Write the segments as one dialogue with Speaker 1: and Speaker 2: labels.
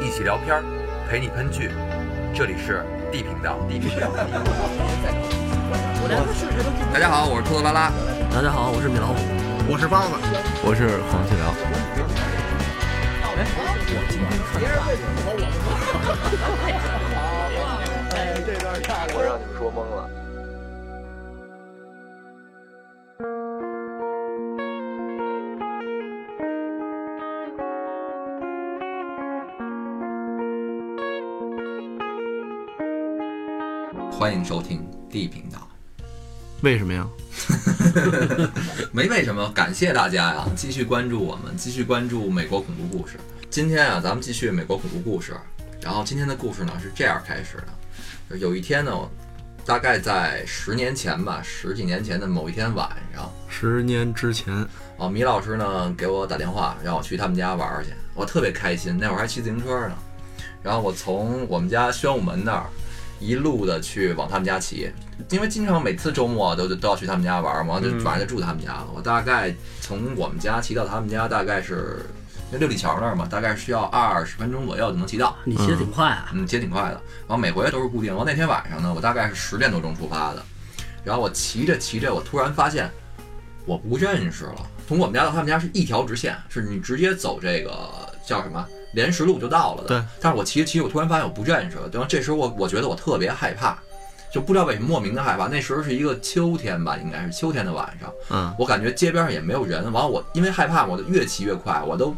Speaker 1: 一起聊片儿，陪你喷剧。这里是 D 频道，D 频道。大家好，我是兔子拉拉。
Speaker 2: 大家好，我是米老虎。
Speaker 3: 我是包子，
Speaker 4: 我是黄继辽。
Speaker 5: 我让你们说懵了。
Speaker 1: 欢迎收听 D 频道。
Speaker 4: 为什么呀？
Speaker 1: 没为什么，感谢大家呀、啊继续关注我们，继续关注美国恐怖故事。今天啊，咱们继续美国恐怖故事。然后今天的故事呢是这样开始的：就是有一天呢，我大概在十年前吧，十几年前的某一天晚上，
Speaker 4: 十年之前，
Speaker 1: 哦，米老师呢给我打电话，让我去他们家玩儿去，我特别开心，那会儿还骑自行车呢。然后我从我们家宣武门那儿一路的去往他们家骑，因为经常每次周末都都要去他们家玩儿嘛，就晚上就住他们家了。我大概从我们家骑到他们家大概是那六里桥那儿嘛，大概需要二十分钟左右就能骑到。
Speaker 2: 你骑得挺快啊，
Speaker 1: 嗯，骑挺快的。然后每回都是固定。然后那天晚上呢，我大概是十点多钟出发的，然后我骑着骑着，我突然发现我不认识了。从我们家到他们家是一条直线，是你直接走这个叫什么莲石路就到了的。
Speaker 4: 对。
Speaker 1: 但是我骑着骑着，我突然发现我不认识了。然后这时候我我觉得我特别害怕，就不知道为什么莫名的害怕。那时候是一个秋天吧，应该是秋天的晚上。
Speaker 4: 嗯，
Speaker 1: 我感觉街边上也没有人，完了我因为害怕，我就越骑越快，我都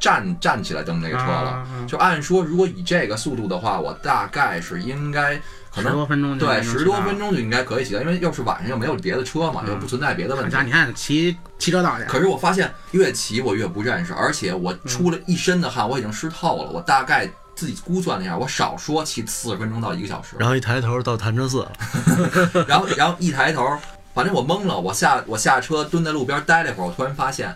Speaker 1: 站站起来蹬那个车了。就按说，如果以这个速度的话，我大概是应该可
Speaker 3: 十
Speaker 1: 能
Speaker 3: 多分钟就
Speaker 1: 对
Speaker 3: 能
Speaker 1: 十
Speaker 3: 骑
Speaker 1: 多
Speaker 3: 到
Speaker 1: 分钟就应该可以骑了，因为又是晚上又没有别的车嘛，
Speaker 3: 嗯
Speaker 1: 又不存在别的问
Speaker 3: 好
Speaker 1: 题
Speaker 3: 家伙。你看骑骑车道去，
Speaker 1: 可是我发现越骑我越不认识，而且我出了一身的汗，我已经湿透了。我大概自己估算了一下，我少说骑四十分钟到一个小 时。
Speaker 4: 然后一抬头到潭柘寺了，
Speaker 1: 然后然后一抬头，反正我懵了，我下我下车蹲在路边待了一会儿，我突然发现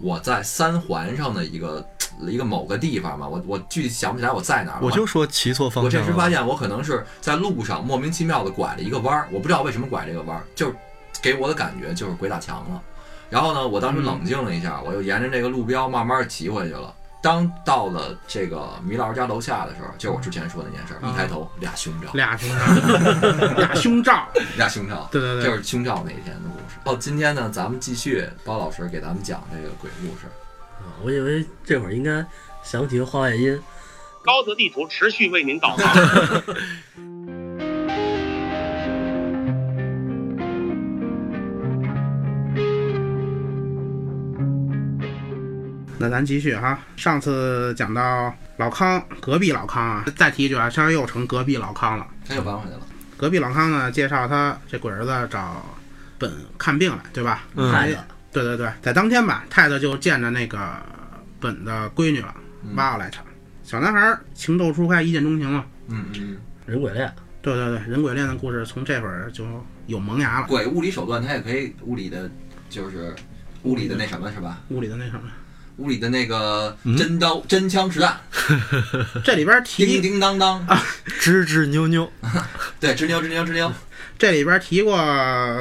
Speaker 1: 我在三环上的一个一个某个地方嘛，我我具体想不起来我在哪儿了。
Speaker 4: 我就说骑错
Speaker 1: 我
Speaker 4: 方
Speaker 1: 这
Speaker 4: 向
Speaker 1: 时发
Speaker 4: 了。
Speaker 1: 现我可能是在路上莫名其妙的拐了一个弯儿，我不知道为什么拐这个弯儿，就是给我的感觉就是鬼打墙了。然后呢，我当时冷静了一下，我又沿着这个路标慢慢骑回去了。当到了这个米老师家楼下的时候，就是我之前说的那件事儿，一抬头嗯俩胸罩，
Speaker 3: 俩胸罩，俩胸罩，
Speaker 1: 俩胸罩，
Speaker 3: 对对
Speaker 1: 这
Speaker 3: 对，
Speaker 1: 是胸罩那一天的故事。哦，今天呢，咱们继续包老师给咱们讲这个鬼故事。
Speaker 2: 嗯我以为这会儿应该响起个话外音。
Speaker 6: 高德地图持续为您导航。
Speaker 3: 那咱继续哈。上次讲到老康，隔壁老康啊，再提一句啊，这又成隔壁老康了。
Speaker 1: 他又搬回去了，
Speaker 3: 隔壁老康呢，介绍他这鬼儿子找本看病来，对吧？
Speaker 4: 嗯
Speaker 2: 太子，
Speaker 3: 对对对，在当天吧，太太就见着那个本的闺女了，
Speaker 1: 嗯
Speaker 3: 挖过来着。小男孩儿情窦初开，一见钟情了。
Speaker 1: 嗯嗯，
Speaker 2: 人鬼恋，
Speaker 3: 对对对，人鬼恋的故事从这会儿就有萌芽了。
Speaker 1: 鬼物理手段他也可以物理的，就是物理的那什么是吧？
Speaker 3: 屋里的那什么，
Speaker 1: 屋里的那个真刀、真枪实弹，
Speaker 3: 这里边提
Speaker 1: 叮叮当当，
Speaker 4: 吱吱扭扭，
Speaker 1: 对，直牛直牛直牛，
Speaker 3: 这里边提过，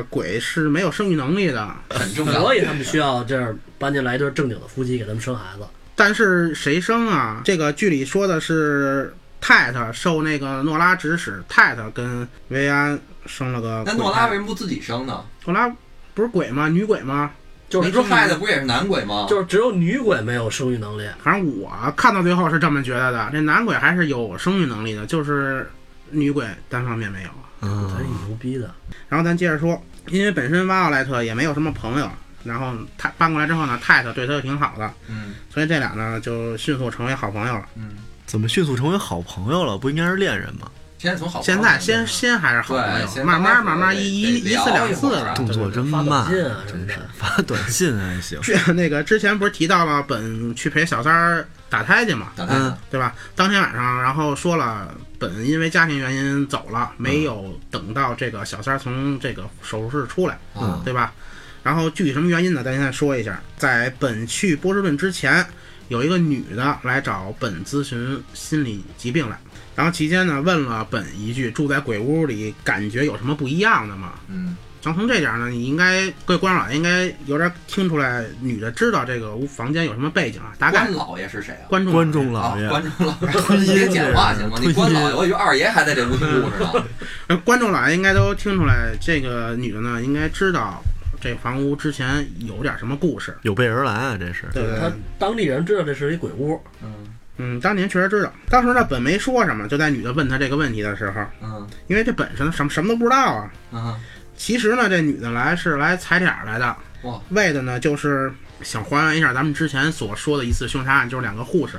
Speaker 3: 鬼是没有生育能力的，
Speaker 1: 很重要。
Speaker 2: 所以他们需要这儿搬进来一对正经的夫妻给他们生孩子。
Speaker 3: 但是谁生啊？这个剧里说的是泰特受那个诺拉指使，泰特跟维安生了个
Speaker 1: 那
Speaker 3: 鬼。
Speaker 1: 诺拉为什么不自己生呢？
Speaker 3: 诺拉不是鬼吗？女鬼吗？
Speaker 2: 就是
Speaker 1: 你说
Speaker 2: 说，嗯
Speaker 1: 害的不也是男鬼吗？
Speaker 2: 就是只有女鬼没有生育能力，
Speaker 3: 反正我看到最后是这么觉得的，这男鬼还是有生育能力的，就是女鬼单方面没有。
Speaker 2: 他挺
Speaker 4: 嗯，
Speaker 2: 牛逼的。
Speaker 3: 然后咱接着说，因为本身瓦奥莱特也没有什么朋友，然后他搬过来之后呢，泰特对他又挺好的，
Speaker 1: 嗯
Speaker 3: 所以这俩呢就迅速成为好朋友了。
Speaker 1: 嗯，
Speaker 4: 怎么迅速成为好朋友了？不应该是恋人吗？
Speaker 1: 现在从好朋
Speaker 3: 现
Speaker 1: 友
Speaker 3: 在
Speaker 1: 开始
Speaker 3: 先先还是好朋
Speaker 1: 对
Speaker 3: 友，
Speaker 1: 先
Speaker 3: 慢
Speaker 1: 刚
Speaker 3: 慢
Speaker 1: 开始
Speaker 3: 慢慢
Speaker 1: 得
Speaker 3: 一一
Speaker 1: 得
Speaker 3: 一次
Speaker 1: 聊
Speaker 3: 两
Speaker 1: 一
Speaker 3: 次
Speaker 1: 会儿啊
Speaker 3: 的。
Speaker 4: 动作真嗯慢，
Speaker 2: 发短信啊什么
Speaker 4: 真
Speaker 2: 的
Speaker 4: 是发短信还行。
Speaker 3: 这那个之前不是提到了本去陪小三儿打胎去嘛，
Speaker 1: 打探看
Speaker 3: 对吧？当天晚上，然后说了本因为家庭原因走了，
Speaker 4: 嗯
Speaker 3: 没有等到这个小三儿从这个手术室出来，
Speaker 4: 嗯
Speaker 1: 啊，
Speaker 3: 对吧？然后具体什么原因呢？咱现在说一下，在本去波士顿之前，有一个女的来找本咨询心理疾病来，然后期间呢问了本一句，住在鬼屋里感觉有什么不一样的吗？
Speaker 1: 嗯，
Speaker 3: 然后从这点儿呢，你应该各位观众老爷应该有点听出来，女的知道这个屋房间有什么背景啊？大概
Speaker 1: 关老爷是谁啊？
Speaker 3: 观众
Speaker 4: 观众
Speaker 1: 啊
Speaker 4: 老爷，，
Speaker 1: 关老爷，
Speaker 4: 吞音
Speaker 1: 你别讲话行吗？你关
Speaker 4: 吞音
Speaker 1: 老爷，我以为二爷还在这屋听故事呢。
Speaker 3: 呃观众老爷应该都听出来，这个女的呢应该知道这房屋之前有点什么故事。
Speaker 4: 有备而来啊，这是。
Speaker 3: 对不对
Speaker 2: 他当地人知道这是一鬼屋，
Speaker 1: 嗯
Speaker 3: 嗯，当年确实知道，当时呢本没说什么，就在女的问他这个问题的时候，
Speaker 1: 嗯
Speaker 3: 因为这本身什么什么都不知道啊。
Speaker 1: 嗯，
Speaker 3: 其实呢，这女的来是来踩点儿来的，
Speaker 1: 哇，
Speaker 3: 为的呢就是想还原一下咱们之前所说的一次凶杀案，就是两个护士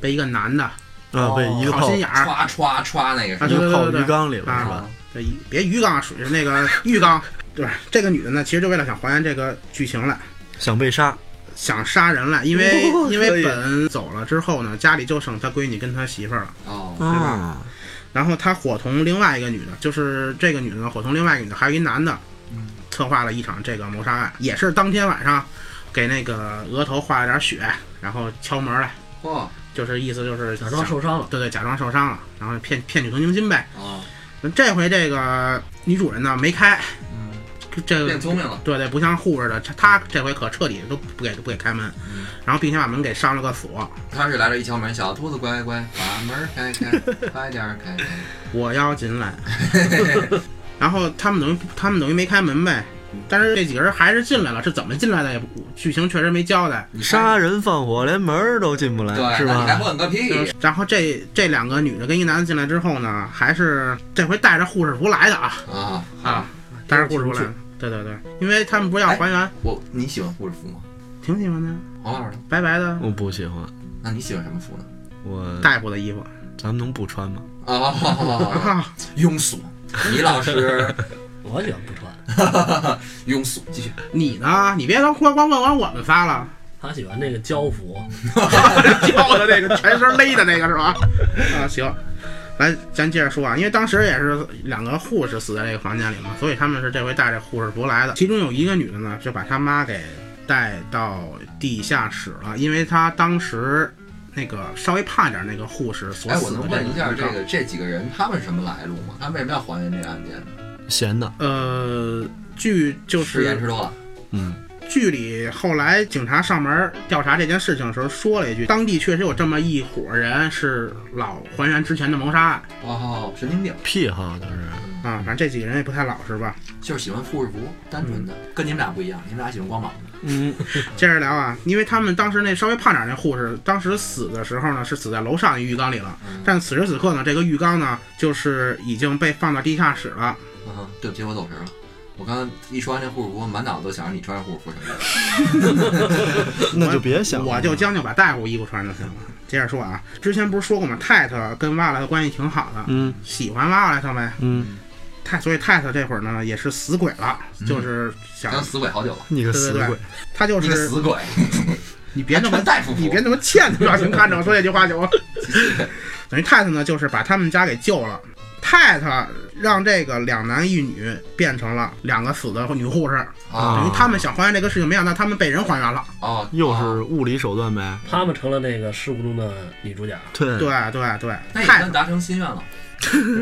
Speaker 3: 被一个男的
Speaker 4: 啊，被一个
Speaker 3: 好
Speaker 4: 泡
Speaker 3: 心眼儿，
Speaker 1: 歘歘歘那个
Speaker 3: 啊
Speaker 1: 是
Speaker 3: 对
Speaker 4: 一个
Speaker 3: 对
Speaker 4: 泡
Speaker 3: 对对
Speaker 4: 鱼缸里了
Speaker 3: 啊
Speaker 4: 是吧？
Speaker 1: 吧？
Speaker 3: 这一别鱼缸，属于是那个浴缸，对吧？这个女的呢，其实就为了想还原这个剧情来，
Speaker 4: 想被杀，
Speaker 3: 想杀人来，因为、
Speaker 4: 哦
Speaker 3: 因
Speaker 4: 可
Speaker 3: 为
Speaker 4: 以
Speaker 3: 本走了之后呢，家里就剩她闺女跟她媳妇儿了。
Speaker 1: 哦，
Speaker 4: 啊，
Speaker 3: 然后他伙同另外一个女的，就是这个女的呢伙同另外一个女的，还有一男的，
Speaker 1: 嗯
Speaker 3: 策划了一场这个谋杀案，也是当天晚上给那个额头画了点血，然后敲门来，
Speaker 1: 哇
Speaker 3: 就是意思就是
Speaker 2: 假装
Speaker 3: 想
Speaker 2: 受伤了，
Speaker 3: 对对，假装受伤了，然后骗骗女同情心呗。
Speaker 1: 啊，
Speaker 3: 那这回这个女主人呢没开，
Speaker 1: 嗯，
Speaker 3: 这个
Speaker 1: 变聪明了，
Speaker 3: 对对，不像护士的，她这回可彻底都不给不给开门，
Speaker 1: 嗯
Speaker 3: 然后并且把门给上了个锁。
Speaker 1: 他是来了一敲门，小兔子乖乖，把门开开，快点儿开开。
Speaker 3: 我要进来。 然后他们等于他们等于没开门呗，但是这几个人还是进来了，是怎么进来的也不剧情确实没交代。
Speaker 1: 你
Speaker 4: 杀人放火，连门儿都进不
Speaker 1: 对，
Speaker 4: 来，是
Speaker 1: 那你还
Speaker 4: 吧？
Speaker 1: 问个屁？
Speaker 3: 然后这这两个女的跟一男的进来之后呢，还是这回带着护士服来的啊
Speaker 1: 啊
Speaker 3: 啊，带着护士服来哎的。对对对，因为他们不是要还原，
Speaker 1: 我你喜欢护士服吗？
Speaker 3: 挺喜欢的，
Speaker 1: 黄老师呢，
Speaker 3: 白白的
Speaker 4: 我不喜欢，
Speaker 1: 那你喜欢什么服呢？
Speaker 4: 我
Speaker 3: 大夫的衣服
Speaker 4: 咱们能不穿吗？
Speaker 1: 啊，
Speaker 3: 啊，
Speaker 1: 庸俗，倪老师
Speaker 2: 我喜欢不穿，
Speaker 1: 庸俗，继续。
Speaker 3: 你呢？你别光光光问完我们仨了，
Speaker 2: 他喜欢那个胶服，
Speaker 3: 叫的那个全身勒的那个是吧？啊，行，来，咱接着说啊，因为当时也是两个护士死在这个房间里嘛，所以他们是这回带着护士服来的。其中有一个女的呢，就把她妈给带到地下室了，因为她当时那个稍微怕点那个护士所
Speaker 1: 哎，我
Speaker 3: 死的
Speaker 1: 能
Speaker 3: 这个
Speaker 1: 问一下
Speaker 3: 女
Speaker 1: 这
Speaker 3: 生
Speaker 1: 个这几个人他们是什么来路吗？他们为什么要还原这个案件呢？
Speaker 4: 闲的，
Speaker 3: 呃，据就
Speaker 1: 吃盐吃
Speaker 3: 是
Speaker 1: 多了，
Speaker 4: 嗯，
Speaker 3: 剧里后来警察上门调查这件事情的时候说了一句，当地确实有这么一伙人是老还原之前的谋杀案。
Speaker 1: 哦，神经病，
Speaker 4: 癖好就是
Speaker 3: 啊，反正这几个人也不太老实吧。
Speaker 1: 就是喜欢护士服，单纯的，跟你们俩不一样，你们俩喜欢光膀子。
Speaker 4: 嗯，
Speaker 3: 接着聊啊，因为他们当时那稍微胖点儿那护士，当时死的时候呢是死在楼上的浴缸里了，
Speaker 1: 嗯
Speaker 3: 但此时此刻呢，这个浴缸呢就是已经被放到地下室了。
Speaker 1: 嗯，对不起，我走神了。我刚刚一说完这护士服，满脑子都想着你穿上护士服什么的。
Speaker 4: 那就别想了，
Speaker 3: 我就将就把大夫衣服穿就行了。接着说啊，之前不是说过吗？泰特跟瓦莱特关系挺好的，
Speaker 4: 嗯
Speaker 3: 喜欢瓦莱特呗。
Speaker 4: 嗯，
Speaker 3: 泰，所以泰特这会儿呢也是死鬼了，就是想
Speaker 1: 当嗯死鬼好久了，
Speaker 4: 你个死
Speaker 3: 对对
Speaker 4: 鬼，
Speaker 3: 他就
Speaker 1: 你个
Speaker 3: 是
Speaker 1: 死鬼，
Speaker 3: 你别那么
Speaker 1: 还穿大夫服
Speaker 3: 你别那么欠的表情看着我说这句话行吗？等于泰特呢，就是把他们家给救了。泰特让这个两男一女变成了两个死的女护士，
Speaker 1: 啊
Speaker 3: 等于他们想还原这个事情，没想到他们被人还原了。
Speaker 1: 哦，
Speaker 4: 又
Speaker 1: 哦
Speaker 3: 啊
Speaker 4: 是物理手段呗？
Speaker 2: 他们成了那个事故中的女主角。
Speaker 4: 对
Speaker 3: 对对对，
Speaker 1: 那也
Speaker 3: 泰
Speaker 1: 算达成心愿了。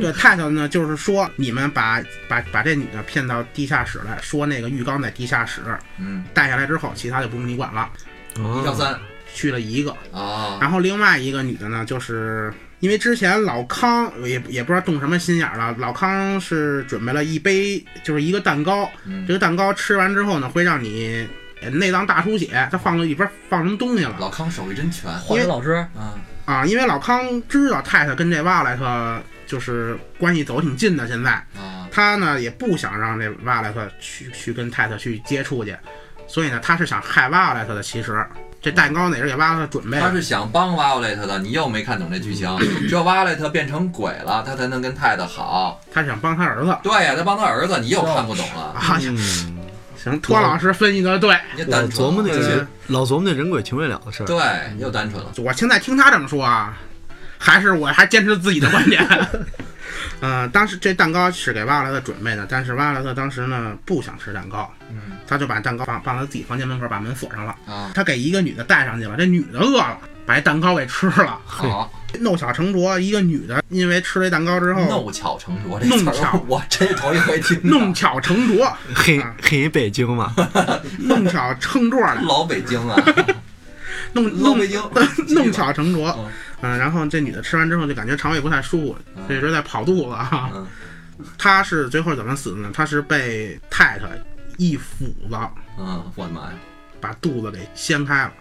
Speaker 3: 对泰特呢，就是说你们把把把这女的骗到地下室来，说那个浴缸在地下室，
Speaker 1: 嗯，
Speaker 3: 带下来之后，其他就不用你管了。
Speaker 4: 啊，
Speaker 1: 一到三
Speaker 3: 去了一个，
Speaker 1: 啊，
Speaker 3: 然后另外一个女的呢，就是因为之前老康也也不知道动什么心眼儿了，老康是准备了一杯，就是一个蛋糕，
Speaker 1: 嗯
Speaker 3: 这个蛋糕吃完之后呢，会让你呃内脏大出血，他放了里边放什么东西了
Speaker 1: 老康手艺真全
Speaker 2: 化学老师
Speaker 1: 啊，
Speaker 3: 啊？因为老康知道太太跟这瓦莱特就是关系走挺近的，现在
Speaker 1: 啊，
Speaker 3: 他呢也不想让这瓦莱特去去跟太太去接触去，所以呢他是想害瓦莱特的，其实。这蛋糕呢也是给瓦莱特准备的
Speaker 1: 他，是想帮 Violet 的，你又没看懂这剧情，
Speaker 3: 嗯
Speaker 1: 只有 Violet 变成鬼了，他才能跟泰的好。
Speaker 3: 他是想帮他儿子。
Speaker 1: 对呀，他帮他儿子，你又看不懂了，
Speaker 3: 啊，
Speaker 4: 嗯，
Speaker 3: 行，托老师分析的对。
Speaker 1: 你就
Speaker 4: 老
Speaker 1: 单
Speaker 4: 琢
Speaker 1: 纯
Speaker 4: 磨那
Speaker 1: 了。
Speaker 4: 些，老琢磨那人鬼情未了的事儿，
Speaker 1: 对，你又单纯了。
Speaker 3: 我现在听他这么说啊，还是我还坚持自己的观点。呃，当时这蛋糕是给瓦莱特准备的，但是瓦莱特当时呢不想吃蛋糕，
Speaker 1: 嗯
Speaker 3: 他就把蛋糕放放他自己房间门口，把门锁上了。
Speaker 1: 啊，
Speaker 3: 他给一个女的带上去了，这女的饿了，把蛋糕给吃了。
Speaker 1: 好，
Speaker 3: 弄巧成拙，一个女的因为吃了蛋糕之后，
Speaker 1: 弄巧成拙这词
Speaker 3: 弄巧
Speaker 1: 儿，我真是头一回听到。
Speaker 3: 弄巧成拙，
Speaker 4: 黑
Speaker 3: 啊
Speaker 4: 黑北京嘛，
Speaker 3: 弄巧成拙了，
Speaker 1: 老北京 啊，
Speaker 3: 弄
Speaker 1: 老
Speaker 3: 弄
Speaker 1: 北京
Speaker 3: 弄巧成拙
Speaker 1: 嗯，
Speaker 3: 嗯，然后这女的吃完之后就感觉肠胃不太舒服，这时候在跑肚子啊
Speaker 1: 嗯。
Speaker 3: 她是最后怎么死的呢？她是被太太一斧子
Speaker 1: 嗯，我的妈呀，
Speaker 3: 把肚子给掀开了，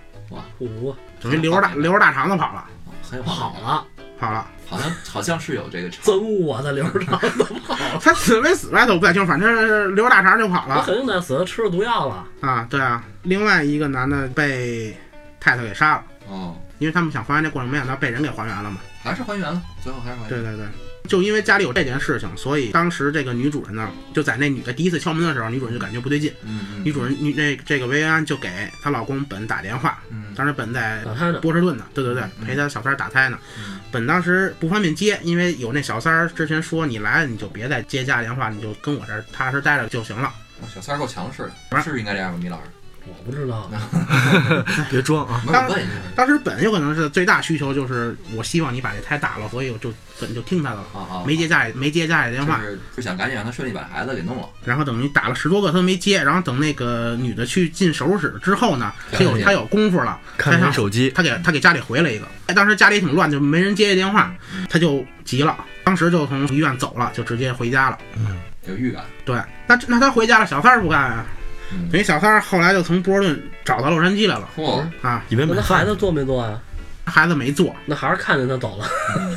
Speaker 2: 五
Speaker 3: 等于留 着大留着大肠子跑了，
Speaker 1: 哦很有
Speaker 2: 跑，了，
Speaker 3: 跑了。
Speaker 1: 好像好像是有这个场
Speaker 2: 憎我的刘 长怎么跑了？
Speaker 3: 她死没死吧都不太清，楚，反正是留着大肠就跑
Speaker 2: 他
Speaker 3: 了
Speaker 2: 肯定得死，吃了毒药了。
Speaker 3: 啊。对啊，另外一个男的被太太给杀了，
Speaker 1: 哦，
Speaker 3: 因为他们想还原这过程，没想到被人给还原了嘛。
Speaker 1: 还是还原了，最后还是还原
Speaker 3: 对
Speaker 1: 了。
Speaker 3: 对对，就因为家里有这件事情，所以当时这个女主人呢，就在那女的第一次敲门的时候，女主人就感觉不对劲，
Speaker 1: 嗯
Speaker 3: 女主人女那这个薇安就给她老公本打电话，
Speaker 1: 嗯
Speaker 3: 当时本在
Speaker 2: 打胎呢，
Speaker 3: 波士顿呢，对对对，
Speaker 1: 嗯
Speaker 3: 陪她小三儿打胎呢
Speaker 1: 嗯，
Speaker 3: 本当时不方便接，因为有那小三儿之前说你来了你就别再接家里电话，你就跟我这儿踏实待着就行了。
Speaker 1: 嗯，小三儿够强势的，是应该这样吗？米老师，
Speaker 2: 我不知道，
Speaker 4: 别装啊，
Speaker 1: 没有问一下
Speaker 3: 当时本有可能是最大需求就是我希望你把这胎打了，所以我就本就听她的了。
Speaker 1: 啊啊，
Speaker 3: 没接家里没接家里电话
Speaker 1: 就，是就想赶紧让他顺利把孩子给弄了，
Speaker 3: 然后等于打了十多个他都没接，然后等那个女的去进手术室之后呢，
Speaker 1: 看
Speaker 3: 她有
Speaker 1: 见
Speaker 3: 她有功夫了，
Speaker 4: 看
Speaker 3: 她
Speaker 4: 人
Speaker 3: 上
Speaker 4: 手机，
Speaker 3: 她给她给家里回了一个，哎，当时家里挺乱，就没人接这电话，她就急了，当时就从医院走了，就直接回家了。
Speaker 1: 有预感。
Speaker 3: 对，那那她回家了，小三儿不干啊，
Speaker 1: 嗯
Speaker 3: 等于小三儿后来就从波士顿找到洛杉矶来了
Speaker 1: 嚯，
Speaker 3: 啊，
Speaker 4: 以为
Speaker 2: 那
Speaker 4: 买
Speaker 2: 他孩
Speaker 4: 饭
Speaker 2: 子做没做呀？
Speaker 3: 孩子没做，
Speaker 2: 那还是看见他走了，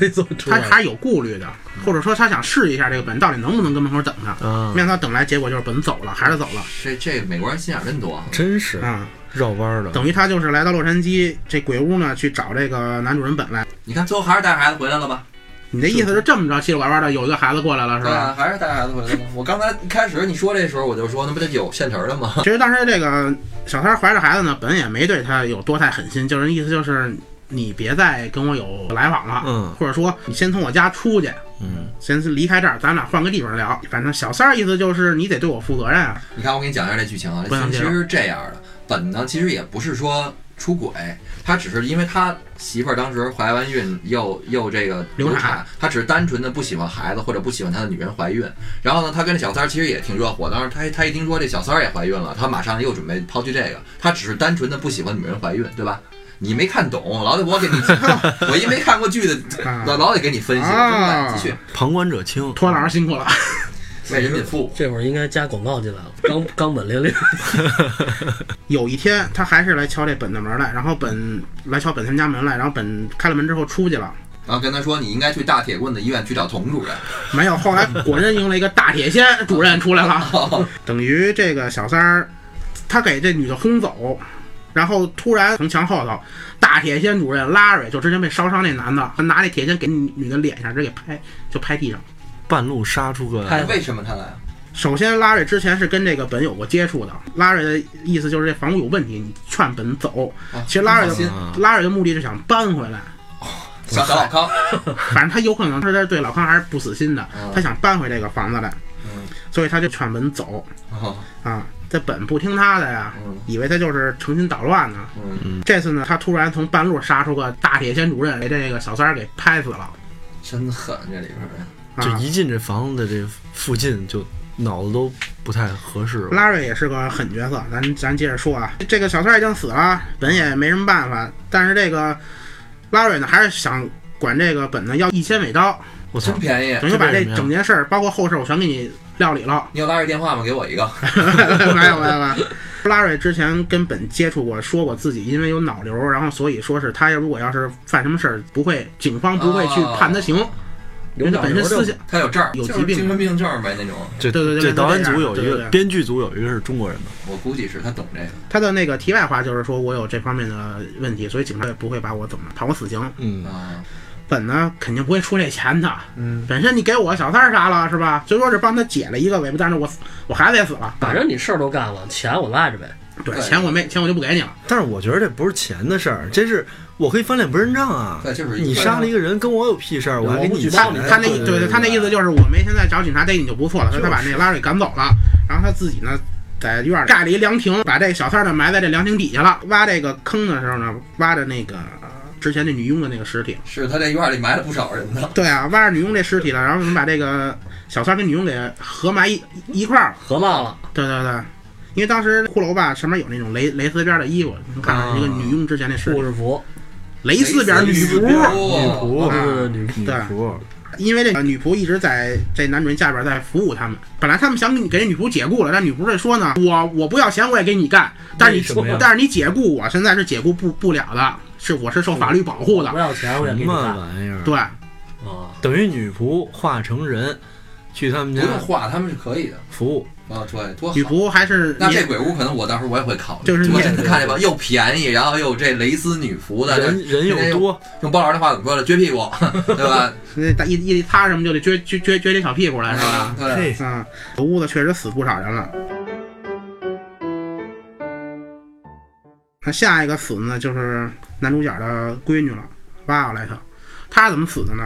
Speaker 2: 没做出
Speaker 3: 她
Speaker 2: 来。
Speaker 3: 还有顾虑的，
Speaker 1: 嗯
Speaker 3: 或者说她想试一下这个本到底能不能跟门口等着，
Speaker 4: 啊
Speaker 3: 没，想到等来结果就是本走了，还是走了
Speaker 1: 这这美国人心眼儿真多啊。
Speaker 4: 真是
Speaker 3: 啊。
Speaker 4: 绕弯儿的，
Speaker 3: 等于他就是来到洛杉矶这鬼屋呢，去找这个男主人本来。
Speaker 1: 你看，最后还是带着孩子回来了吧？
Speaker 3: 你的意思是这么着，七里拐弯的有一个孩子过来了，是
Speaker 1: 对
Speaker 3: 吧？
Speaker 1: 啊，还是带孩子回来了。我刚才一开始你说这时候，我就说那不得有现成的吗？
Speaker 3: 其实当时这个小三儿怀着孩子呢，本也没对他有多太狠心，就是意思就是你别再跟我有来往了，
Speaker 4: 嗯
Speaker 3: 或者说你先从我家出去，
Speaker 4: 嗯，
Speaker 3: 先离开这儿，咱俩换个地方聊。反正小三儿意思就是你得对我负责任啊，
Speaker 1: 你看，我给你讲一下这剧情啊。
Speaker 3: 不
Speaker 1: 这
Speaker 3: 能
Speaker 1: 其
Speaker 3: 这样
Speaker 1: 实是这样的，本呢其实也不是说出轨，他只是因为他媳妇儿当时怀完孕又又这个
Speaker 3: 流
Speaker 1: 流
Speaker 3: 产
Speaker 1: 产，他只是单纯的不喜欢孩子或者不喜欢他的女人怀孕。然后呢，他跟这小三儿其实也挺热火，当时他他一听说这小三儿也怀孕了，他马上又准备抛弃这个，他只是单纯的不喜欢女人怀孕，对吧？你没看懂，老得我给你，我一没看过剧的， 老老得给你分析，真的。继续
Speaker 4: 旁观者清，
Speaker 3: 啊托老师辛苦了。
Speaker 1: 为人民服务。
Speaker 2: 这会儿应该加广告进来了，刚刚稳零零，
Speaker 3: 有一天，他还是来敲这本的门来，然后本来敲本他们家门来，然后本开了门之后出去了，
Speaker 1: 然后跟他说，你应该去大铁棍子医院去找佟主任。
Speaker 3: 没有，后来果真迎了一个大铁锨主任出来了，等于这个小三儿，他给这女的轰走，然后突然从墙后头，大铁锨主任拉瑞就之前被烧伤那男的，他拿那铁锨给女的脸上直接给拍，就拍地上。
Speaker 4: 半路杀出个，
Speaker 1: 为什么他来啊？
Speaker 3: 首先，拉瑞之前是跟这个本有过接触的，拉瑞的意思就是这房屋有问题，你劝本走。其实拉瑞
Speaker 1: 放心
Speaker 3: 的拉瑞的目的是想搬回来，
Speaker 1: 想找老康，
Speaker 3: 反正他有可能他是对老康还是不死心的
Speaker 1: 嗯，
Speaker 3: 他想搬回这个房子来，
Speaker 1: 嗯
Speaker 3: 所以他就劝本走。
Speaker 1: 哦
Speaker 3: 啊，这本不听他的呀，
Speaker 1: 嗯
Speaker 3: 以为他就是成心捣乱呢。
Speaker 1: 嗯，
Speaker 3: 这次呢，他突然从半路杀出个大铁锨主任，给这个小三儿给拍死了。
Speaker 1: 真狠，这里边人。
Speaker 4: 就
Speaker 3: 啊，
Speaker 4: 一进这房子的这附近，就脑子都不太合适了。
Speaker 3: 拉瑞也是个狠角色，咱咱接着说啊，这个小三儿已经死了，本也没什么办法，但是这个拉瑞呢，还是想管这个本呢要一千尾刀，
Speaker 4: 我操
Speaker 1: 真，便宜！
Speaker 3: 等于把
Speaker 4: 这
Speaker 3: 这
Speaker 4: 为什么呀
Speaker 3: 整件事儿，包括后事儿，我全给你料理了。
Speaker 1: 你有拉着电话吗？给我一个。
Speaker 3: 没有没有没有。拉瑞之前跟本接触过，说过自己因为有脑瘤，然后所以说是他如果要是犯什么事儿，不会警方不会去判他刑，因为他本身思想
Speaker 1: 他有证儿，
Speaker 3: 有
Speaker 1: 就
Speaker 3: 疾
Speaker 1: 是
Speaker 3: 病
Speaker 1: 精神病证儿呗那种。
Speaker 4: 这
Speaker 3: 对对对
Speaker 4: 这
Speaker 3: 对
Speaker 4: 导演
Speaker 3: 对
Speaker 4: 组
Speaker 3: 对
Speaker 4: 有一
Speaker 3: 对对
Speaker 4: 个
Speaker 3: 对，
Speaker 4: 编剧组有一个是中国人吧？
Speaker 1: 我估计是他懂这个。
Speaker 3: 他的那个题外话就是说我有这方面的问题，所以警察也不会把我怎么判我死刑。
Speaker 4: 嗯
Speaker 1: 啊，
Speaker 3: 本呢肯定不会出这钱的，
Speaker 4: 嗯，
Speaker 3: 本身你给我小三儿杀了是吧？虽说是帮他解了一个尾巴，但是我死我孩子也死了，
Speaker 2: 反正你事儿都干了，钱我赖着呗。
Speaker 3: 对
Speaker 1: 对
Speaker 3: 钱我没钱我就不给你了。
Speaker 4: 但是我觉得这不是钱的事儿，这是我可以翻脸不认账啊。
Speaker 1: 对，就是
Speaker 4: 你杀了一个人跟我有屁事儿，我还给
Speaker 2: 我不
Speaker 4: 你
Speaker 2: 举
Speaker 4: 钱
Speaker 2: 报你
Speaker 3: 他那
Speaker 4: 对
Speaker 3: 对对，他那意思就是我没现在找警察逮你就不错了，所以他把那拉瑞赶走了，然后他自己呢在院儿盖了一凉亭，把这小三儿呢埋在这凉亭底下了。挖这个坑的时候呢，挖的那个呃之前那女佣的那个尸体。
Speaker 1: 是他这院里埋了不少人呢。
Speaker 3: 对啊，挖着女佣这尸体了，然后我们把这个小三儿跟女佣给合埋一一块儿了。
Speaker 2: 合骂了，
Speaker 3: 对对对，因为当时骷髅吧上面有那种蕾蕾丝边的衣服，你看
Speaker 1: 啊
Speaker 3: 一个女佣之前那尸
Speaker 2: 护
Speaker 3: 体，
Speaker 2: 士服，
Speaker 3: 蕾丝边女仆。
Speaker 4: 女
Speaker 1: 仆，
Speaker 4: 仆
Speaker 2: 护
Speaker 3: 啊
Speaker 2: 士女
Speaker 4: 女
Speaker 3: 对
Speaker 4: 仆，
Speaker 3: 因为这个女仆一直在这男主人下边在服务他们。本来他们想给给这女仆解雇了，但女仆这说呢，我我不要钱，我也给你干，但是
Speaker 4: 为什么
Speaker 3: 你
Speaker 4: 呀
Speaker 3: 但是你解雇我，现在是解雇不不了的，是我是受法律保护的
Speaker 2: 不。要钱我也
Speaker 4: 什
Speaker 2: 给你
Speaker 4: 么
Speaker 2: 干
Speaker 4: 玩意儿？
Speaker 3: 对，
Speaker 2: 啊！
Speaker 4: 等于女仆化成人去他们
Speaker 1: 不
Speaker 3: 啊
Speaker 4: 家
Speaker 1: 用画，他们是可以的
Speaker 4: 服务，
Speaker 1: 啊，对，多
Speaker 3: 女
Speaker 1: 好。
Speaker 3: 仆还是
Speaker 1: 那这
Speaker 3: 年
Speaker 1: 鬼屋可能我到时候我也会考虑，
Speaker 3: 就是
Speaker 1: 我
Speaker 3: 面
Speaker 1: 真的看见吧，又便宜，然后又这蕾丝女仆的，
Speaker 4: 人人
Speaker 1: 天天
Speaker 4: 又
Speaker 1: 用
Speaker 4: 多，
Speaker 1: 用包老师的话怎么说呢？撅屁股， 对 吧？
Speaker 3: 那大一一擦什么就得撅撅撅撅起小屁股来是吧？
Speaker 1: 对，
Speaker 4: 嘿，
Speaker 3: 嗯，这屋子确实死不少人了。那下一个死的呢，就是男主角的闺女了，瓦奥莱特。她怎么死的呢？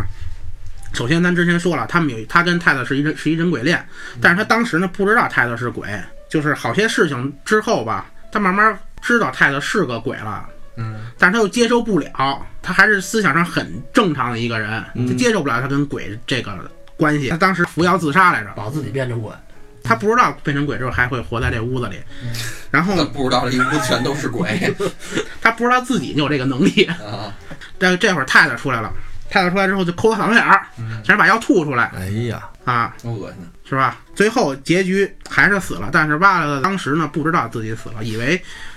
Speaker 3: 首先，咱之前说了，他们有他跟泰勒是一人是一人鬼恋，但是他当时呢不知道泰勒是鬼，就是好些事情之后吧，他慢慢知道泰勒是个鬼了，
Speaker 1: 嗯，
Speaker 3: 但是他又接受不了，他还是思想上很正常的一个人，
Speaker 4: 嗯
Speaker 3: 他接受不了他跟鬼这个关系。他当时服药自杀来着，
Speaker 2: 把自己变成鬼，
Speaker 3: 他不知道变成鬼之后还会活在这屋子里，然后
Speaker 1: 他不知道这一屋全都是鬼
Speaker 3: 他不知道自己有这个能力。
Speaker 1: 啊，
Speaker 3: 但这会儿太太出来了，太太出来之后就抠他嗓子眼儿，
Speaker 1: 嗯，
Speaker 3: 想把药吐出来
Speaker 4: 哎呀，
Speaker 3: 啊，
Speaker 1: 多恶心啊！
Speaker 3: 是吧？最后结局还是死了，但是瓦勒当时呢不知道自己死了，以为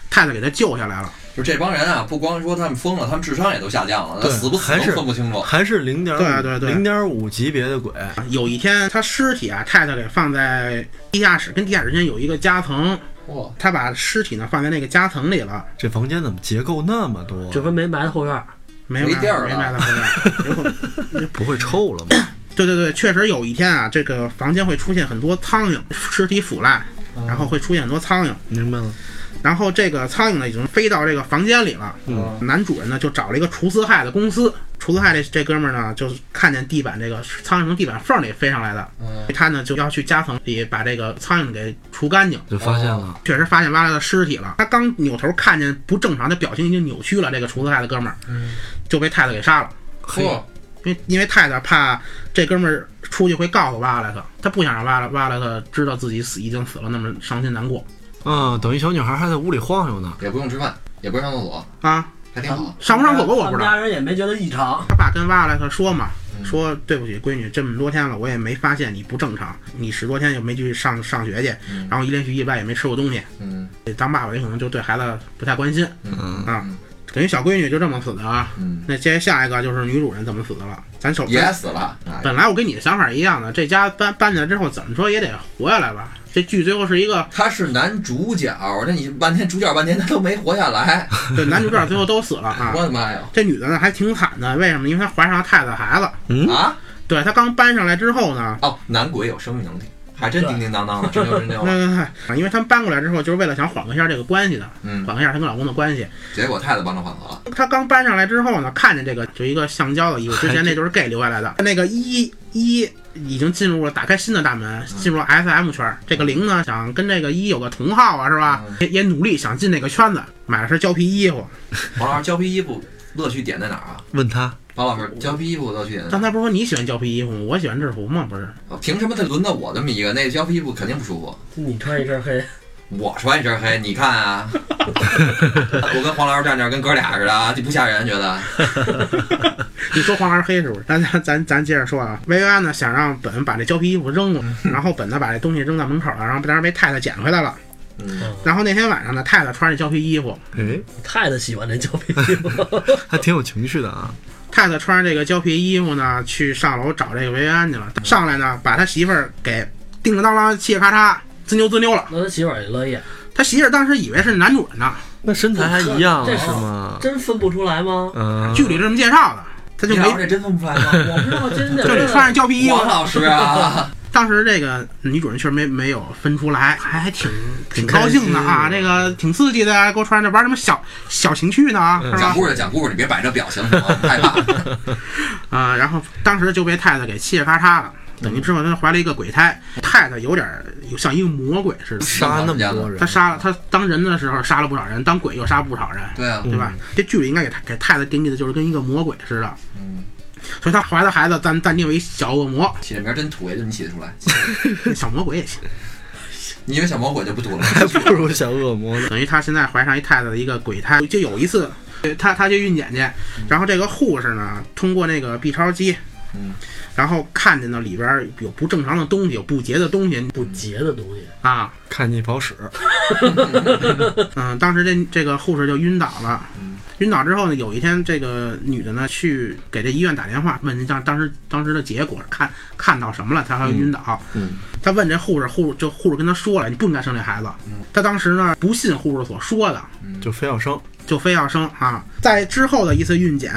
Speaker 3: 太太给他救下来了。
Speaker 1: 就这帮人啊，不光说他们疯了，他们智商也都下降了，他
Speaker 4: 对
Speaker 1: 死不死
Speaker 4: 还
Speaker 1: 都
Speaker 4: 是
Speaker 1: 分不清楚。
Speaker 4: 还是零点
Speaker 3: 对对对
Speaker 4: 零点五级别的鬼，
Speaker 3: 有一天，他尸体啊，太太给放在地下室，跟地下室之间有一个夹层，
Speaker 1: 哇，
Speaker 3: 他把尸体呢放在那个夹层里了，
Speaker 4: 这房间怎么结构那么多？
Speaker 2: 这跟没埋的后院儿，
Speaker 3: 没
Speaker 1: 没
Speaker 3: 埋
Speaker 1: 地儿了
Speaker 3: 没埋到后面。 有可能
Speaker 4: 不会臭了吗？
Speaker 3: 对对对，确实有一天啊，这个房间会出现很多苍蝇，尸体腐烂，然后会出现很多苍蝇，
Speaker 4: 明白了，
Speaker 3: 然后这个苍蝇呢已经飞到这个房间里了。
Speaker 4: 嗯，
Speaker 3: 男主人呢就找了一个除四害的公司，除四害这这哥们儿呢就是看见地板这个苍蝇从地板缝里飞上来的，
Speaker 1: 嗯，
Speaker 3: 他呢就要去夹层里把这个苍蝇给除干净。
Speaker 4: 就发现了，
Speaker 3: 确实发现挖来的尸体了，他刚扭头看见不正常的表情已经扭曲了，这个除四害的哥们儿
Speaker 1: 嗯
Speaker 3: 就被太太给杀了。
Speaker 4: 嘿，
Speaker 1: 嚯
Speaker 3: 因为因为太太怕这哥们儿出去会告诉瓦莱特，他不想让瓦莱瓦莱特知道自己死已经死了，那么伤心难过
Speaker 4: 嗯，等于小女孩还在屋里晃悠呢，
Speaker 1: 也不用吃饭，也不用上厕所，
Speaker 3: 啊。
Speaker 1: 还挺好。
Speaker 3: 上不上厕所我不知
Speaker 2: 他们
Speaker 3: 道。
Speaker 2: 家人也没觉得异常，
Speaker 3: 他爸跟瓦莱特说嘛，
Speaker 1: 嗯
Speaker 3: 说对不起，闺女，这么多天了，我也没发现你不正常，你十多天也没去上上学去，
Speaker 1: 嗯
Speaker 3: 然后一连续意外也没吃过东西，
Speaker 1: 嗯
Speaker 3: 当爸爸也可能就对孩子不太关心
Speaker 4: 嗯，
Speaker 3: 啊。等于小闺女就这么死的啊。
Speaker 1: 嗯，
Speaker 3: 那接下一个就是女主人怎么死的了，咱首
Speaker 1: 也
Speaker 3: 先。
Speaker 1: 死了，哎
Speaker 3: 本来我跟你的想法一样的，这家搬搬进来之后，怎么说也得活下来吧。这剧最后是一个
Speaker 1: 他是男主角，那你半天主角半天他都没活下来，
Speaker 3: 对，男主角最后都死了啊
Speaker 1: 我。的妈呀！
Speaker 3: 这女的呢还挺惨的，为什么？因为她怀上了太太的孩子。
Speaker 4: 嗯
Speaker 1: 啊，
Speaker 3: 对她刚搬上来之后呢，
Speaker 1: 哦，男鬼有生育能力，还真叮叮当当的，真牛真
Speaker 3: 那
Speaker 1: 牛。
Speaker 3: 那那因为他们搬过来之后，就是为了想缓和一下这个关系的，
Speaker 1: 嗯，
Speaker 3: 缓和一下她跟老公的关系。
Speaker 1: 结果太太帮着缓和了。
Speaker 3: 她刚搬上来之后呢，看见这个就一个橡胶的衣服，之前那就是 gay 留下来的。那个一一已经进入了打开新的大门，进入了 S M 圈。这个零呢想跟这个一有个同好啊，是吧？也也努力想进那个圈子，买了身胶皮衣服。
Speaker 1: 王老师胶皮衣服乐趣点在哪儿啊？
Speaker 4: 问他，
Speaker 1: 王老师胶皮衣服乐趣点在哪
Speaker 3: 刚才不是说你喜欢胶皮衣服吗？我喜欢制服吗？不是，
Speaker 1: 儿？哦凭什么他轮到我这么一个？那胶皮衣服肯定不舒服。
Speaker 2: 你穿一身黑，
Speaker 1: 我穿一身黑，你看啊，我跟黄老师站这儿跟哥俩似的啊，就不吓人，觉得
Speaker 3: 你说黄二黑是不是？咱咱咱咱接着说啊，薇薇安呢想让本把这胶皮衣服扔了，然后本呢把这东西扔到门口了，然后当时被太太捡回来了。
Speaker 1: 嗯，
Speaker 3: 然后那天晚上呢，太太穿着胶皮衣服，
Speaker 4: 哎，
Speaker 2: 太太喜欢这胶皮衣服，
Speaker 4: 还挺有情绪的啊，
Speaker 3: 太太穿着这个胶皮衣服呢，去上楼找这个薇薇安去了。上来呢，把他媳妇儿给叮叮当当、嘁哩咔嚓、滋溜滋溜了。
Speaker 2: 那他媳妇儿也乐意，
Speaker 3: 他媳妇儿当时以为是男主人呢，
Speaker 4: 那身材还一样啊
Speaker 2: 这
Speaker 4: 是吗？
Speaker 2: 真分不出 来吗？
Speaker 4: 嗯，
Speaker 3: 剧里这么介绍的，他就
Speaker 1: 你
Speaker 3: 没
Speaker 1: 老师这真分不出来吗？
Speaker 2: 我不知道，真的
Speaker 3: 就得穿着胶皮衣服
Speaker 1: 王。老师啊，
Speaker 3: 当时这个女主人确实没没有分出来，还还挺挺
Speaker 4: 挺开
Speaker 3: 高兴的啊，
Speaker 4: 心
Speaker 3: 这个挺刺激的啊，给我穿着玩什么小小情趣呢啊，是
Speaker 1: 讲
Speaker 3: 吧？
Speaker 1: 故事讲故事，你 别摆这表情，我害怕。
Speaker 3: 啊，然后当时就被太太给嘁哩咔嚓了。等于之后他怀了一个鬼胎，太太有点儿有像一个魔鬼似 的，
Speaker 4: 杀那么多人，
Speaker 3: 他杀了他当人的时候杀了不少人，当鬼又杀不少人，
Speaker 1: 对啊，
Speaker 3: 对吧？这剧里应该给他给太太定义的就是跟一个魔鬼似的，
Speaker 1: 嗯，
Speaker 3: 所以他怀的孩子暂暂定为小恶魔，
Speaker 1: 起这名儿真土，也就你起得出来，
Speaker 3: 小魔鬼也行。
Speaker 1: 你一个小魔鬼就不土 了。
Speaker 4: 还不如小恶魔呢。
Speaker 3: 等于他现在怀上一太太的一个鬼胎，就有一次，他他去孕检去，然后这个护士呢，通过那个 B 超机，
Speaker 1: 嗯，
Speaker 3: 然后看见呢里边有不正常的东西，有不洁的东西
Speaker 2: 不洁的东西，
Speaker 3: 啊，
Speaker 4: 看你跑屎，
Speaker 3: 嗯，当时这这个护士就晕倒了
Speaker 1: 嗯，
Speaker 3: 晕倒之后呢，有一天这个女的呢去给这医院打电话，问当当时当时的结果，看看到什么了，她还晕倒。
Speaker 4: 嗯，
Speaker 3: 她问这护士，护士就护士跟她说了，你不应该生这孩子
Speaker 1: 嗯。
Speaker 3: 她当时呢不信护士所说的，
Speaker 4: 就非要生，
Speaker 3: 就非要生啊。在之后的一次孕检，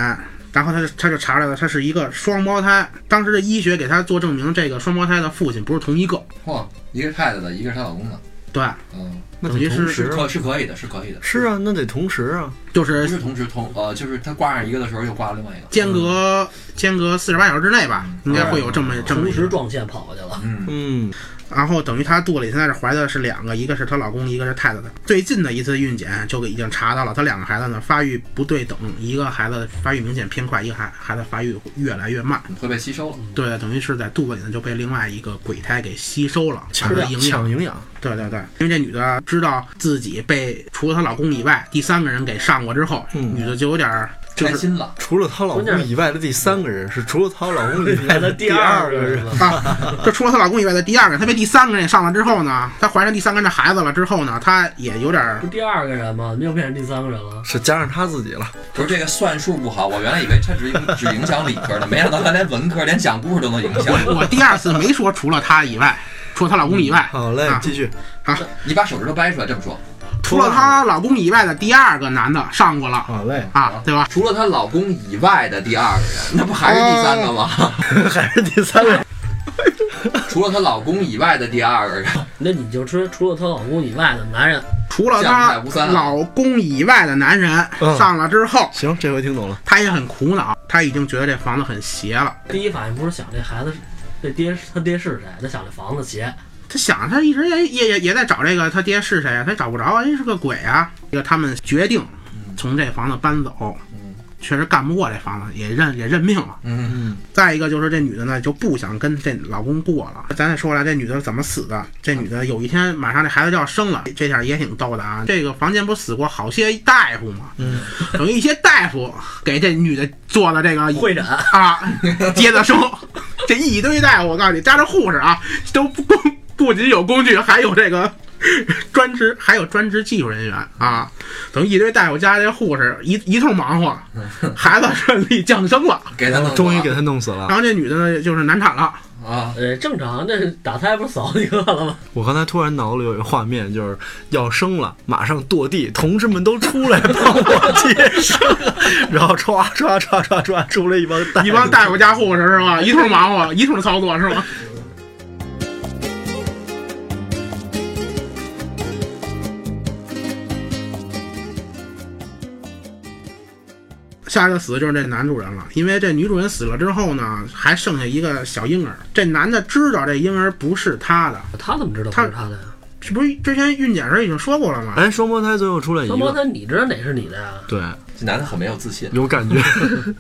Speaker 3: 然后她就她就查出来了，她是一个双胞胎。当时的医学给她做证明，这个双胞胎的父亲不是同一个。
Speaker 1: 嚯，一个是太太的，一个是她老公的，
Speaker 3: 对，
Speaker 1: 嗯，
Speaker 4: 那
Speaker 3: 等于
Speaker 4: 得
Speaker 3: 是
Speaker 4: 同
Speaker 1: 是
Speaker 4: 时啊
Speaker 1: 可是可以的，是可以的。
Speaker 4: 是啊，那得同时啊，
Speaker 3: 就是
Speaker 1: 不是同时同呃，就是他挂上一个的时候又挂了另外一个。
Speaker 3: 间隔间隔四十八小时之内吧，应该会有这么这么
Speaker 2: 同
Speaker 3: 一
Speaker 2: 时
Speaker 3: 个。
Speaker 2: 撞线跑过去了。
Speaker 1: 嗯，
Speaker 4: 嗯，
Speaker 3: 然啊后等于她肚子里现在是怀的是两个，一个是她老公，一个是太太的。最近的一次孕检就已经查到了，她两个孩子呢发育不对等，一个孩子发育明显偏快，一个孩孩子发育越来越慢。
Speaker 1: 会被吸收了。
Speaker 3: 对，等于是在肚子里呢就被另外一个鬼胎给吸收了，
Speaker 4: 抢
Speaker 3: 吃了营养。
Speaker 4: 抢营养，
Speaker 3: 对对对，因为这女的知道自己被除了她老公以外第三个人给上过之后，
Speaker 4: 嗯
Speaker 3: 女的就有点儿就
Speaker 1: 开
Speaker 3: 是。
Speaker 1: 心了，
Speaker 4: 除了她老
Speaker 2: 关键
Speaker 4: 公
Speaker 2: 是
Speaker 4: 以外的第三个人是除了她老公以 外
Speaker 2: 来
Speaker 4: 的
Speaker 2: 了
Speaker 4: 第
Speaker 2: 二
Speaker 4: 个
Speaker 2: 人
Speaker 4: 人，
Speaker 2: 了，
Speaker 3: 啊， 这除了她老公以外的第二个人，她被第三个人也上了之后呢，她怀上第三个人的孩子了之后呢，她也有点 儿
Speaker 2: 不是第二个人吗？怎么又变成第三个人了？
Speaker 4: 是加上她自己了，
Speaker 1: 不是这个算术不好，我原来以为它只影只影响理科呢，没想到它连文科、连讲故事都能影响。
Speaker 3: 我第二次没说除了她以外，除了她老公以外，
Speaker 4: 好嘞
Speaker 3: 啊，
Speaker 4: 继续，
Speaker 1: 你把手指头掰出来，这么说，
Speaker 3: 除了她老公以外的第二个男的上过了
Speaker 4: 好嘞，
Speaker 3: 啊，对吧？
Speaker 1: 除了她老公以外的第二个人，那不还是第三个吗？
Speaker 4: 还是第三个，啊
Speaker 1: 除了她老公以外的第二个人，
Speaker 2: 那你就说除了她老公以外的男人，
Speaker 3: 除了
Speaker 1: 将
Speaker 3: 她
Speaker 1: 太无三啊
Speaker 3: 老公以外的男人
Speaker 4: 嗯
Speaker 3: 上了之后，
Speaker 4: 行，这回听懂了，
Speaker 3: 她也很苦恼，她已经觉得这房子很邪了。
Speaker 2: 第一反应不是想这孩子是，这爹他爹是谁？他想这房子邪，
Speaker 3: 她想，她一直也也也也在找这个她爹是谁啊，她找不着啊，哎，是个鬼啊。这个他们决定从这房子搬走，确实干不过这房子，也认也认命了。
Speaker 1: 嗯，
Speaker 4: 嗯，
Speaker 3: 再一个就是这女的呢就不想跟这老公过了。咱再说来，这女的是怎么死的？这女的有一天马上这孩子就要生了，这点儿也挺逗的啊。这个房间不是死过好些大夫吗？
Speaker 4: 嗯，
Speaker 3: 等于一些大夫给这女的做的这个
Speaker 2: 会 诊
Speaker 3: 啊，接着生。这一堆大夫，我告诉你，加上护士啊，都不工不仅有工具，还有这个 专职，还有专职技术人员啊。等于一堆大夫加这护士一一通忙活，孩子顺利降生了。
Speaker 1: 给他弄死
Speaker 4: 终于给
Speaker 1: 了
Speaker 4: 她弄死了。
Speaker 3: 然后这女的呢，就是难产了。
Speaker 1: 啊，
Speaker 2: 呃，正常，那打胎不是扫一个了吗？
Speaker 4: 我刚才突然脑子里有一个画面，就是要生了，马上跺地，同志们都出来帮我接生，然后唰唰唰唰唰出来一帮大
Speaker 3: 一帮大夫加护士是吧？一通忙活，一通操作是吧？下一个死的就是这男主人了，因为这女主人死了之后呢，还剩下一个小婴儿。这男的知道这婴儿不是他的，
Speaker 2: 他怎么知道不是他的呀？
Speaker 3: 这不是之前孕检时候已经说过了吗？
Speaker 4: 哎，双胞胎最后出来一
Speaker 2: 双胞
Speaker 4: 个，
Speaker 2: 胎，你知道哪是你的呀？
Speaker 4: 对，
Speaker 1: 这男的很没有自信。
Speaker 4: 有感觉，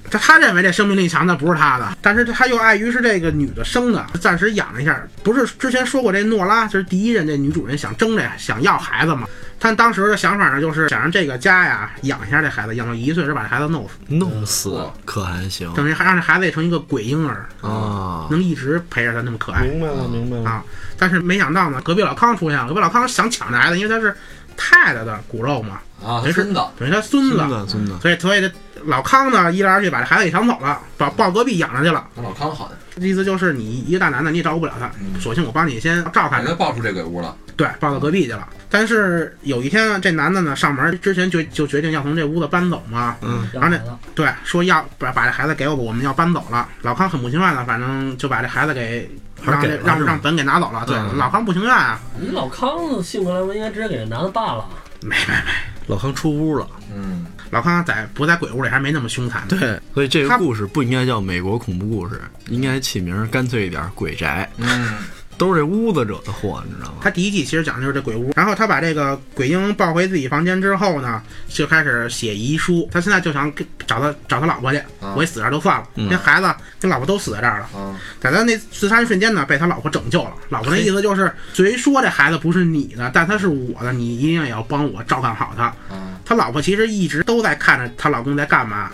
Speaker 3: 他他认为这生命力强的不是他的，但是他又碍于是这个女的生的，暂时养了一下。不是之前说过这诺拉就是第一任这女主人想争这想要孩子嘛？她当时的想法呢，就是想让这个家呀养一下这孩子，养到一岁时把这孩子弄死，
Speaker 4: 弄死可还行
Speaker 3: 等于还让这孩子也成一个鬼婴儿，
Speaker 4: 啊？
Speaker 3: 能一直陪着他那么可爱。
Speaker 4: 明白了，明白了，嗯
Speaker 3: 啊但是没想到呢，隔壁老康出现了，隔壁老康想抢这孩子，因为他是太太的骨肉嘛，
Speaker 1: 啊，
Speaker 3: 没事
Speaker 1: 孙子，
Speaker 3: 等于他孙
Speaker 4: 孙
Speaker 3: 子，
Speaker 4: 子孙子，
Speaker 3: 所以所以这老康呢一来二去把这孩子给抢走了，把抱隔壁养着去了。
Speaker 1: 那老康好的，
Speaker 3: 意思就是你一个大男的，你也照顾不了他，
Speaker 1: 嗯
Speaker 3: 索性我帮你先照
Speaker 1: 把
Speaker 3: 看
Speaker 1: 他
Speaker 3: 着，
Speaker 1: 抱出这鬼屋了。
Speaker 3: 对，抱到隔壁去了。但是有一天啊，这男的呢上门之前就就决定要从这屋子搬走嘛，
Speaker 4: 嗯，
Speaker 2: 要孩子，
Speaker 3: 对，说要把把这孩子给我吧，我们要搬走了。老康很不情愿的，反正就把这孩子给
Speaker 4: 还
Speaker 3: 让
Speaker 4: 给
Speaker 3: 这
Speaker 4: 了
Speaker 3: 让
Speaker 4: 是吧
Speaker 3: 让本给拿走了。对，
Speaker 4: 嗯
Speaker 3: 老康不情愿啊，
Speaker 2: 你老康性格来说应该直接给这男的办了，
Speaker 3: 没没没，
Speaker 4: 老康出屋了。
Speaker 1: 嗯，
Speaker 3: 老康在不在鬼屋里还没那么凶残呢。
Speaker 4: 对，所以这个
Speaker 3: 他
Speaker 4: 故事不应该叫美国恐怖故事，应该起名儿干脆一点儿，鬼宅。
Speaker 1: 嗯，
Speaker 4: 都是这屋子惹的祸，你知道吗？
Speaker 3: 他第一季其实讲的就是这鬼屋，然后他把这个鬼婴抱回自己房间之后呢，就开始写遗书。他现在就想给找他找他老婆去，
Speaker 1: 啊
Speaker 3: 我一死这儿就算了，
Speaker 4: 嗯
Speaker 3: 那孩子跟老婆都死在这儿了。
Speaker 1: 啊，
Speaker 3: 在他那自杀一瞬间呢，被他老婆拯救了。老婆那意思就是，虽说这孩子不是你的，但他是我的，你一定也要帮我照看好他。
Speaker 1: 啊，
Speaker 3: 他老婆其实一直都在看着她老公在干嘛，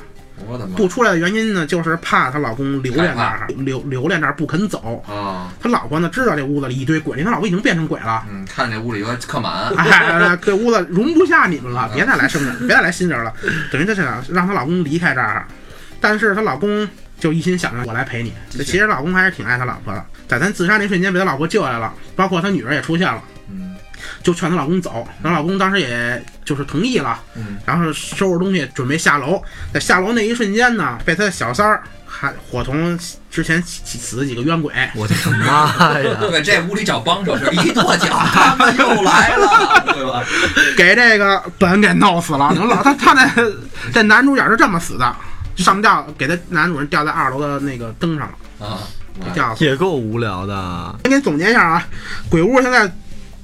Speaker 1: 我的妈，
Speaker 3: 不出来的原因呢，就是怕她老公留恋那儿，留留恋那儿不肯走。
Speaker 1: 啊，
Speaker 3: 他老婆呢知道这屋子里一堆鬼，因为他老婆已经变成鬼了。
Speaker 1: 嗯，看这屋里有点客满，
Speaker 3: 哎，这屋子容不下你们了，别再来生人，别再来新人了。等于她想让她老公离开这儿，但是她老公就一心想着我来陪你。这其实老公还是挺爱他老婆的，在咱自杀那瞬间被他老婆救下来了，包括他女儿也出现了，
Speaker 1: 嗯
Speaker 3: 就劝她老公走。她老公当时也就是同意了，
Speaker 1: 嗯，
Speaker 3: 然后收拾东西准备下楼，在下楼那一瞬间呢，被他的小三儿还伙同之前起死的几个冤鬼
Speaker 4: 我的妈呀！
Speaker 1: 对，这屋里找帮手是一跺脚，他们又来了，对吧？
Speaker 3: 给这个本给闹死 了。我老他他那这男主角是这么死的，上吊给他男主人吊在二楼的那个灯上了，
Speaker 1: 啊，
Speaker 3: 给吊死。
Speaker 4: 也够无聊 的，
Speaker 3: 先给总结一下啊，鬼屋现在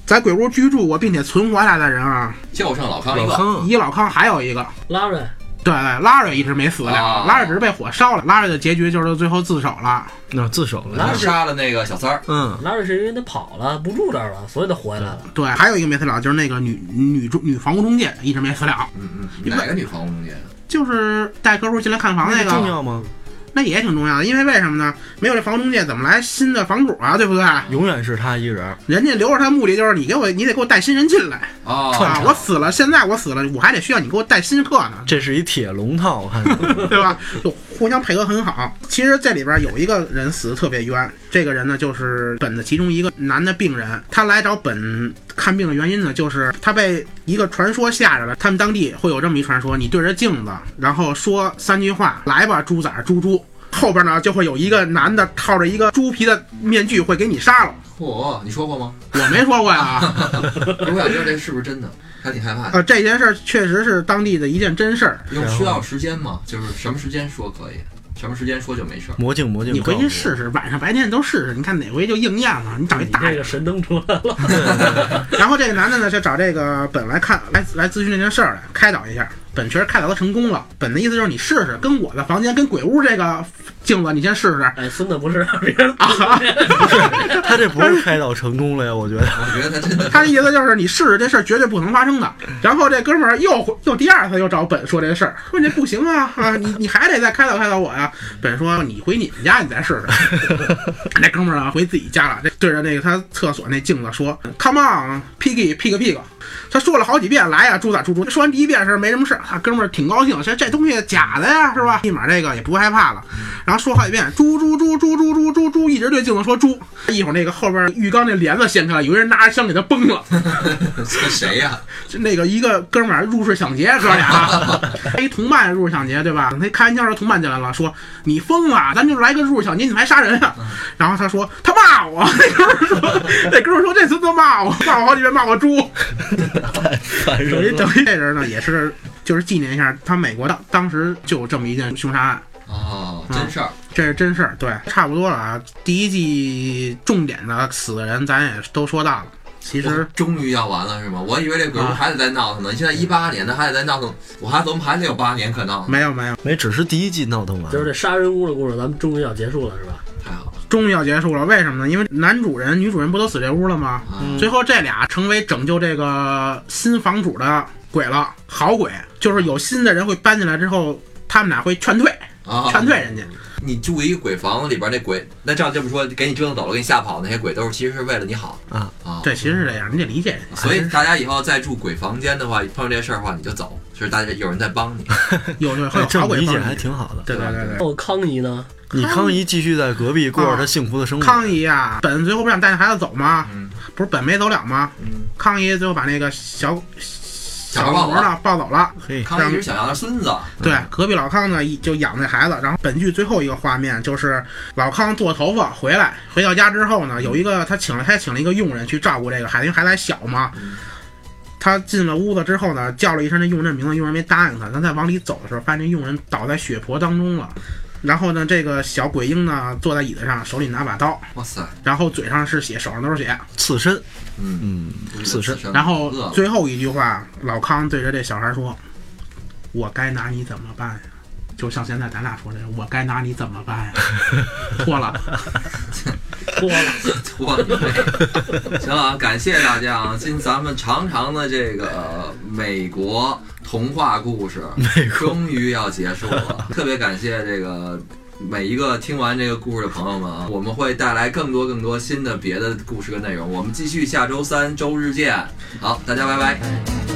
Speaker 3: 在鬼屋居住过并且存活下来的人啊，
Speaker 1: 就剩老康一
Speaker 4: 老
Speaker 1: 个，
Speaker 4: 康
Speaker 3: 一老康还有一个。
Speaker 2: 拉瑞，
Speaker 3: 对对，拉瑞一直没死了
Speaker 1: 啊，
Speaker 3: 拉瑞只是被火烧了。拉瑞的结局就是最后自首了。
Speaker 4: 那自首
Speaker 1: 他
Speaker 4: 了
Speaker 2: 拉。
Speaker 1: 杀了那个小三儿，
Speaker 4: 嗯，
Speaker 2: 拉瑞是因为他跑了，不住这儿了，所以他活下来了。
Speaker 3: 对，还有一个没死了，就是那个女女中女房屋中介一直没死了，
Speaker 1: 嗯嗯，哪个女房中介？
Speaker 3: 就是带客户进来看房那
Speaker 4: 那
Speaker 3: 个。
Speaker 4: 重要吗？
Speaker 3: 那也挺重要的，因为为什么呢？没有这房中介，怎么来新的房主啊？对不对？
Speaker 4: 永远是他一个人。
Speaker 3: 人家留着他的目的就是你给我，你得给我带新人进来
Speaker 1: 啊，
Speaker 3: 啊！我死了，现在我死了，我还得需要你给我带新客 呢，
Speaker 4: 这是一铁笼套，我看见
Speaker 3: 对吧？就互相配合很好。其实这里边有一个人死的特别冤，这个人呢就是本的其中一个男的病人，他来找本看病的原因呢，就是他被一个传说吓着了。他们当地会有这么一传说，你对着镜子，然后说三句话：“来吧，猪崽儿，猪猪。”后边呢就会有一个男的套着一个猪皮的面具会给你杀了。
Speaker 1: 嚯，你说过吗？
Speaker 3: 我没说过呀。
Speaker 1: 我想知道这是不是真的，还挺害怕的。
Speaker 3: 呃，这件事儿确实是当地的一件真事儿。
Speaker 1: 有需要时间吗？就是什么时间说可以，什么时间说就没事儿。
Speaker 4: 魔镜魔镜，
Speaker 3: 你回去试试，晚上白天都试试，你看哪回就应验了。你找一
Speaker 2: 你
Speaker 3: 大
Speaker 2: 这
Speaker 3: 人
Speaker 2: 个，神灯出来了，
Speaker 3: 然后这个男的呢就找这个本来看来来咨询这件事儿来开导一下。本确实开导他成功了。本的意思就是你试试，跟我的房间跟鬼屋这个镜子，你先试啊试。
Speaker 2: 哎，孙子不是 让别人
Speaker 4: 告诉我他这不是开导成功了呀？我觉得
Speaker 1: 我觉得他真的
Speaker 3: 他的意思就是你试试这事儿绝对不可能发生的。然后这哥们儿又回又第二次又找本说这事儿，说你这不行啊啊，你你还得再开导开导我呀、本说你回你们家你再试试。 那哥们儿啊回自己家了，这对着那个他厕所那镜子说，Come 啊 on, piggy, pig, pig。他说了好几遍，来呀、猪仔猪猪。说完第一遍是没什么事儿，啊，哥们儿挺高兴，说这东西假的呀，是吧？立马这个也不害怕了。然后说好几遍，猪猪猪猪猪猪猪猪，一直对镜子说猪。一会儿那个后边浴缸那帘子掀开了，有一人拿着枪给他崩了。
Speaker 1: 这谁呀？
Speaker 3: 就那个一个哥们儿入室抢劫，哥俩 一同伴入室抢劫，对吧？他开完枪时候同伴进来了，说你疯了，咱就来个入室抢劫，你们还杀人啊？ 然后他说他骂我， 那哥们儿说，那哥们儿说这孙子骂我，骂我好几遍，骂我猪。
Speaker 4: 反
Speaker 3: 等于等于这人呢，也是就是纪念一下他美国当当时就有这么一件凶杀案。
Speaker 1: 哦，真事儿。
Speaker 3: 这是真事儿，对，差不多了啊。第一季重点的死的人咱也都说到了，其实
Speaker 1: 终于要完了是吗？我以为这鬼屋还得再闹腾呢。现在一八年，呢，还得再闹腾，我还怎么还得有八年可闹？
Speaker 3: 没有没有，
Speaker 4: 没，只是第一季闹腾完
Speaker 2: 就是这杀人屋的故事，咱们终于要结束了，是吧？
Speaker 1: 太好了
Speaker 3: 终于要结束了。为什么呢？因为男主人、女主人不都死这屋了吗？
Speaker 1: 啊！
Speaker 4: 嗯
Speaker 3: 最后这俩成为拯救这个新房主的鬼了，好鬼，就是有新的人会搬进来之后，他们俩会劝退，
Speaker 1: 啊！
Speaker 3: 劝退人家。
Speaker 1: 你住一鬼房子里边那鬼，那照这么说，给你折腾走了，给你吓跑那些鬼，都是其实是为了你好
Speaker 4: 啊
Speaker 1: 啊！
Speaker 3: 对，其实是这样，你得理解人家。
Speaker 1: 所以大家以后再住鬼房间的话，碰见这事儿的话，你就走，就是大家有人在帮你。
Speaker 3: 有有会
Speaker 4: 哎
Speaker 3: 有
Speaker 4: 这
Speaker 3: 好
Speaker 4: 么
Speaker 3: 鬼
Speaker 4: 理
Speaker 3: 帮
Speaker 4: 解
Speaker 3: 你
Speaker 4: 还。挺好的。
Speaker 3: 对对对对。
Speaker 2: 哦，康姨呢？
Speaker 4: 你康姨继续在隔壁过着她幸福的生
Speaker 3: 啊
Speaker 4: 活。
Speaker 3: 康姨啊，本最后不想带着孩子走吗？
Speaker 1: 嗯
Speaker 3: 不是本没走了吗？
Speaker 1: 嗯，
Speaker 3: 康姨最后把那个小小
Speaker 1: 孩抱走
Speaker 3: 魔呢抱走了。
Speaker 4: 嘿，
Speaker 1: 康一直想要他孙子，
Speaker 3: 对，隔壁老康呢一就养那孩子。然后本剧最后一个画面就是老康做头发回来，回到家之后呢，有一个他请了他请了一个佣人去照顾这个孩子，因为孩子还小嘛。他进了屋子之后呢，叫了一声那佣人名字，佣人没答应他。他在往里走的时候，发现这佣人倒在血泊当中了。然后呢，这个小鬼婴呢坐在椅子上，手里拿把刀，
Speaker 1: 哇塞，
Speaker 3: 然后嘴上是血，手上都是血。
Speaker 4: 刺身，
Speaker 1: 嗯，
Speaker 4: 嗯，刺身，
Speaker 1: 身
Speaker 3: 然后
Speaker 1: 饿了
Speaker 3: 最后一句话，老康对着这小孩说：“我该拿你怎么办呀？”就像现在咱俩说的，我该拿你怎么办呀？错了，
Speaker 2: 脱了，
Speaker 1: 我你 妹！行啊，感谢大家啊！今咱们长长的这个美国童话故事，终于要结束了。特别感谢这个每一个听完这个故事的朋友们啊！我们会带来更多更多新的别的故事跟内容。我们继续下周三周日见。好，大家拜拜。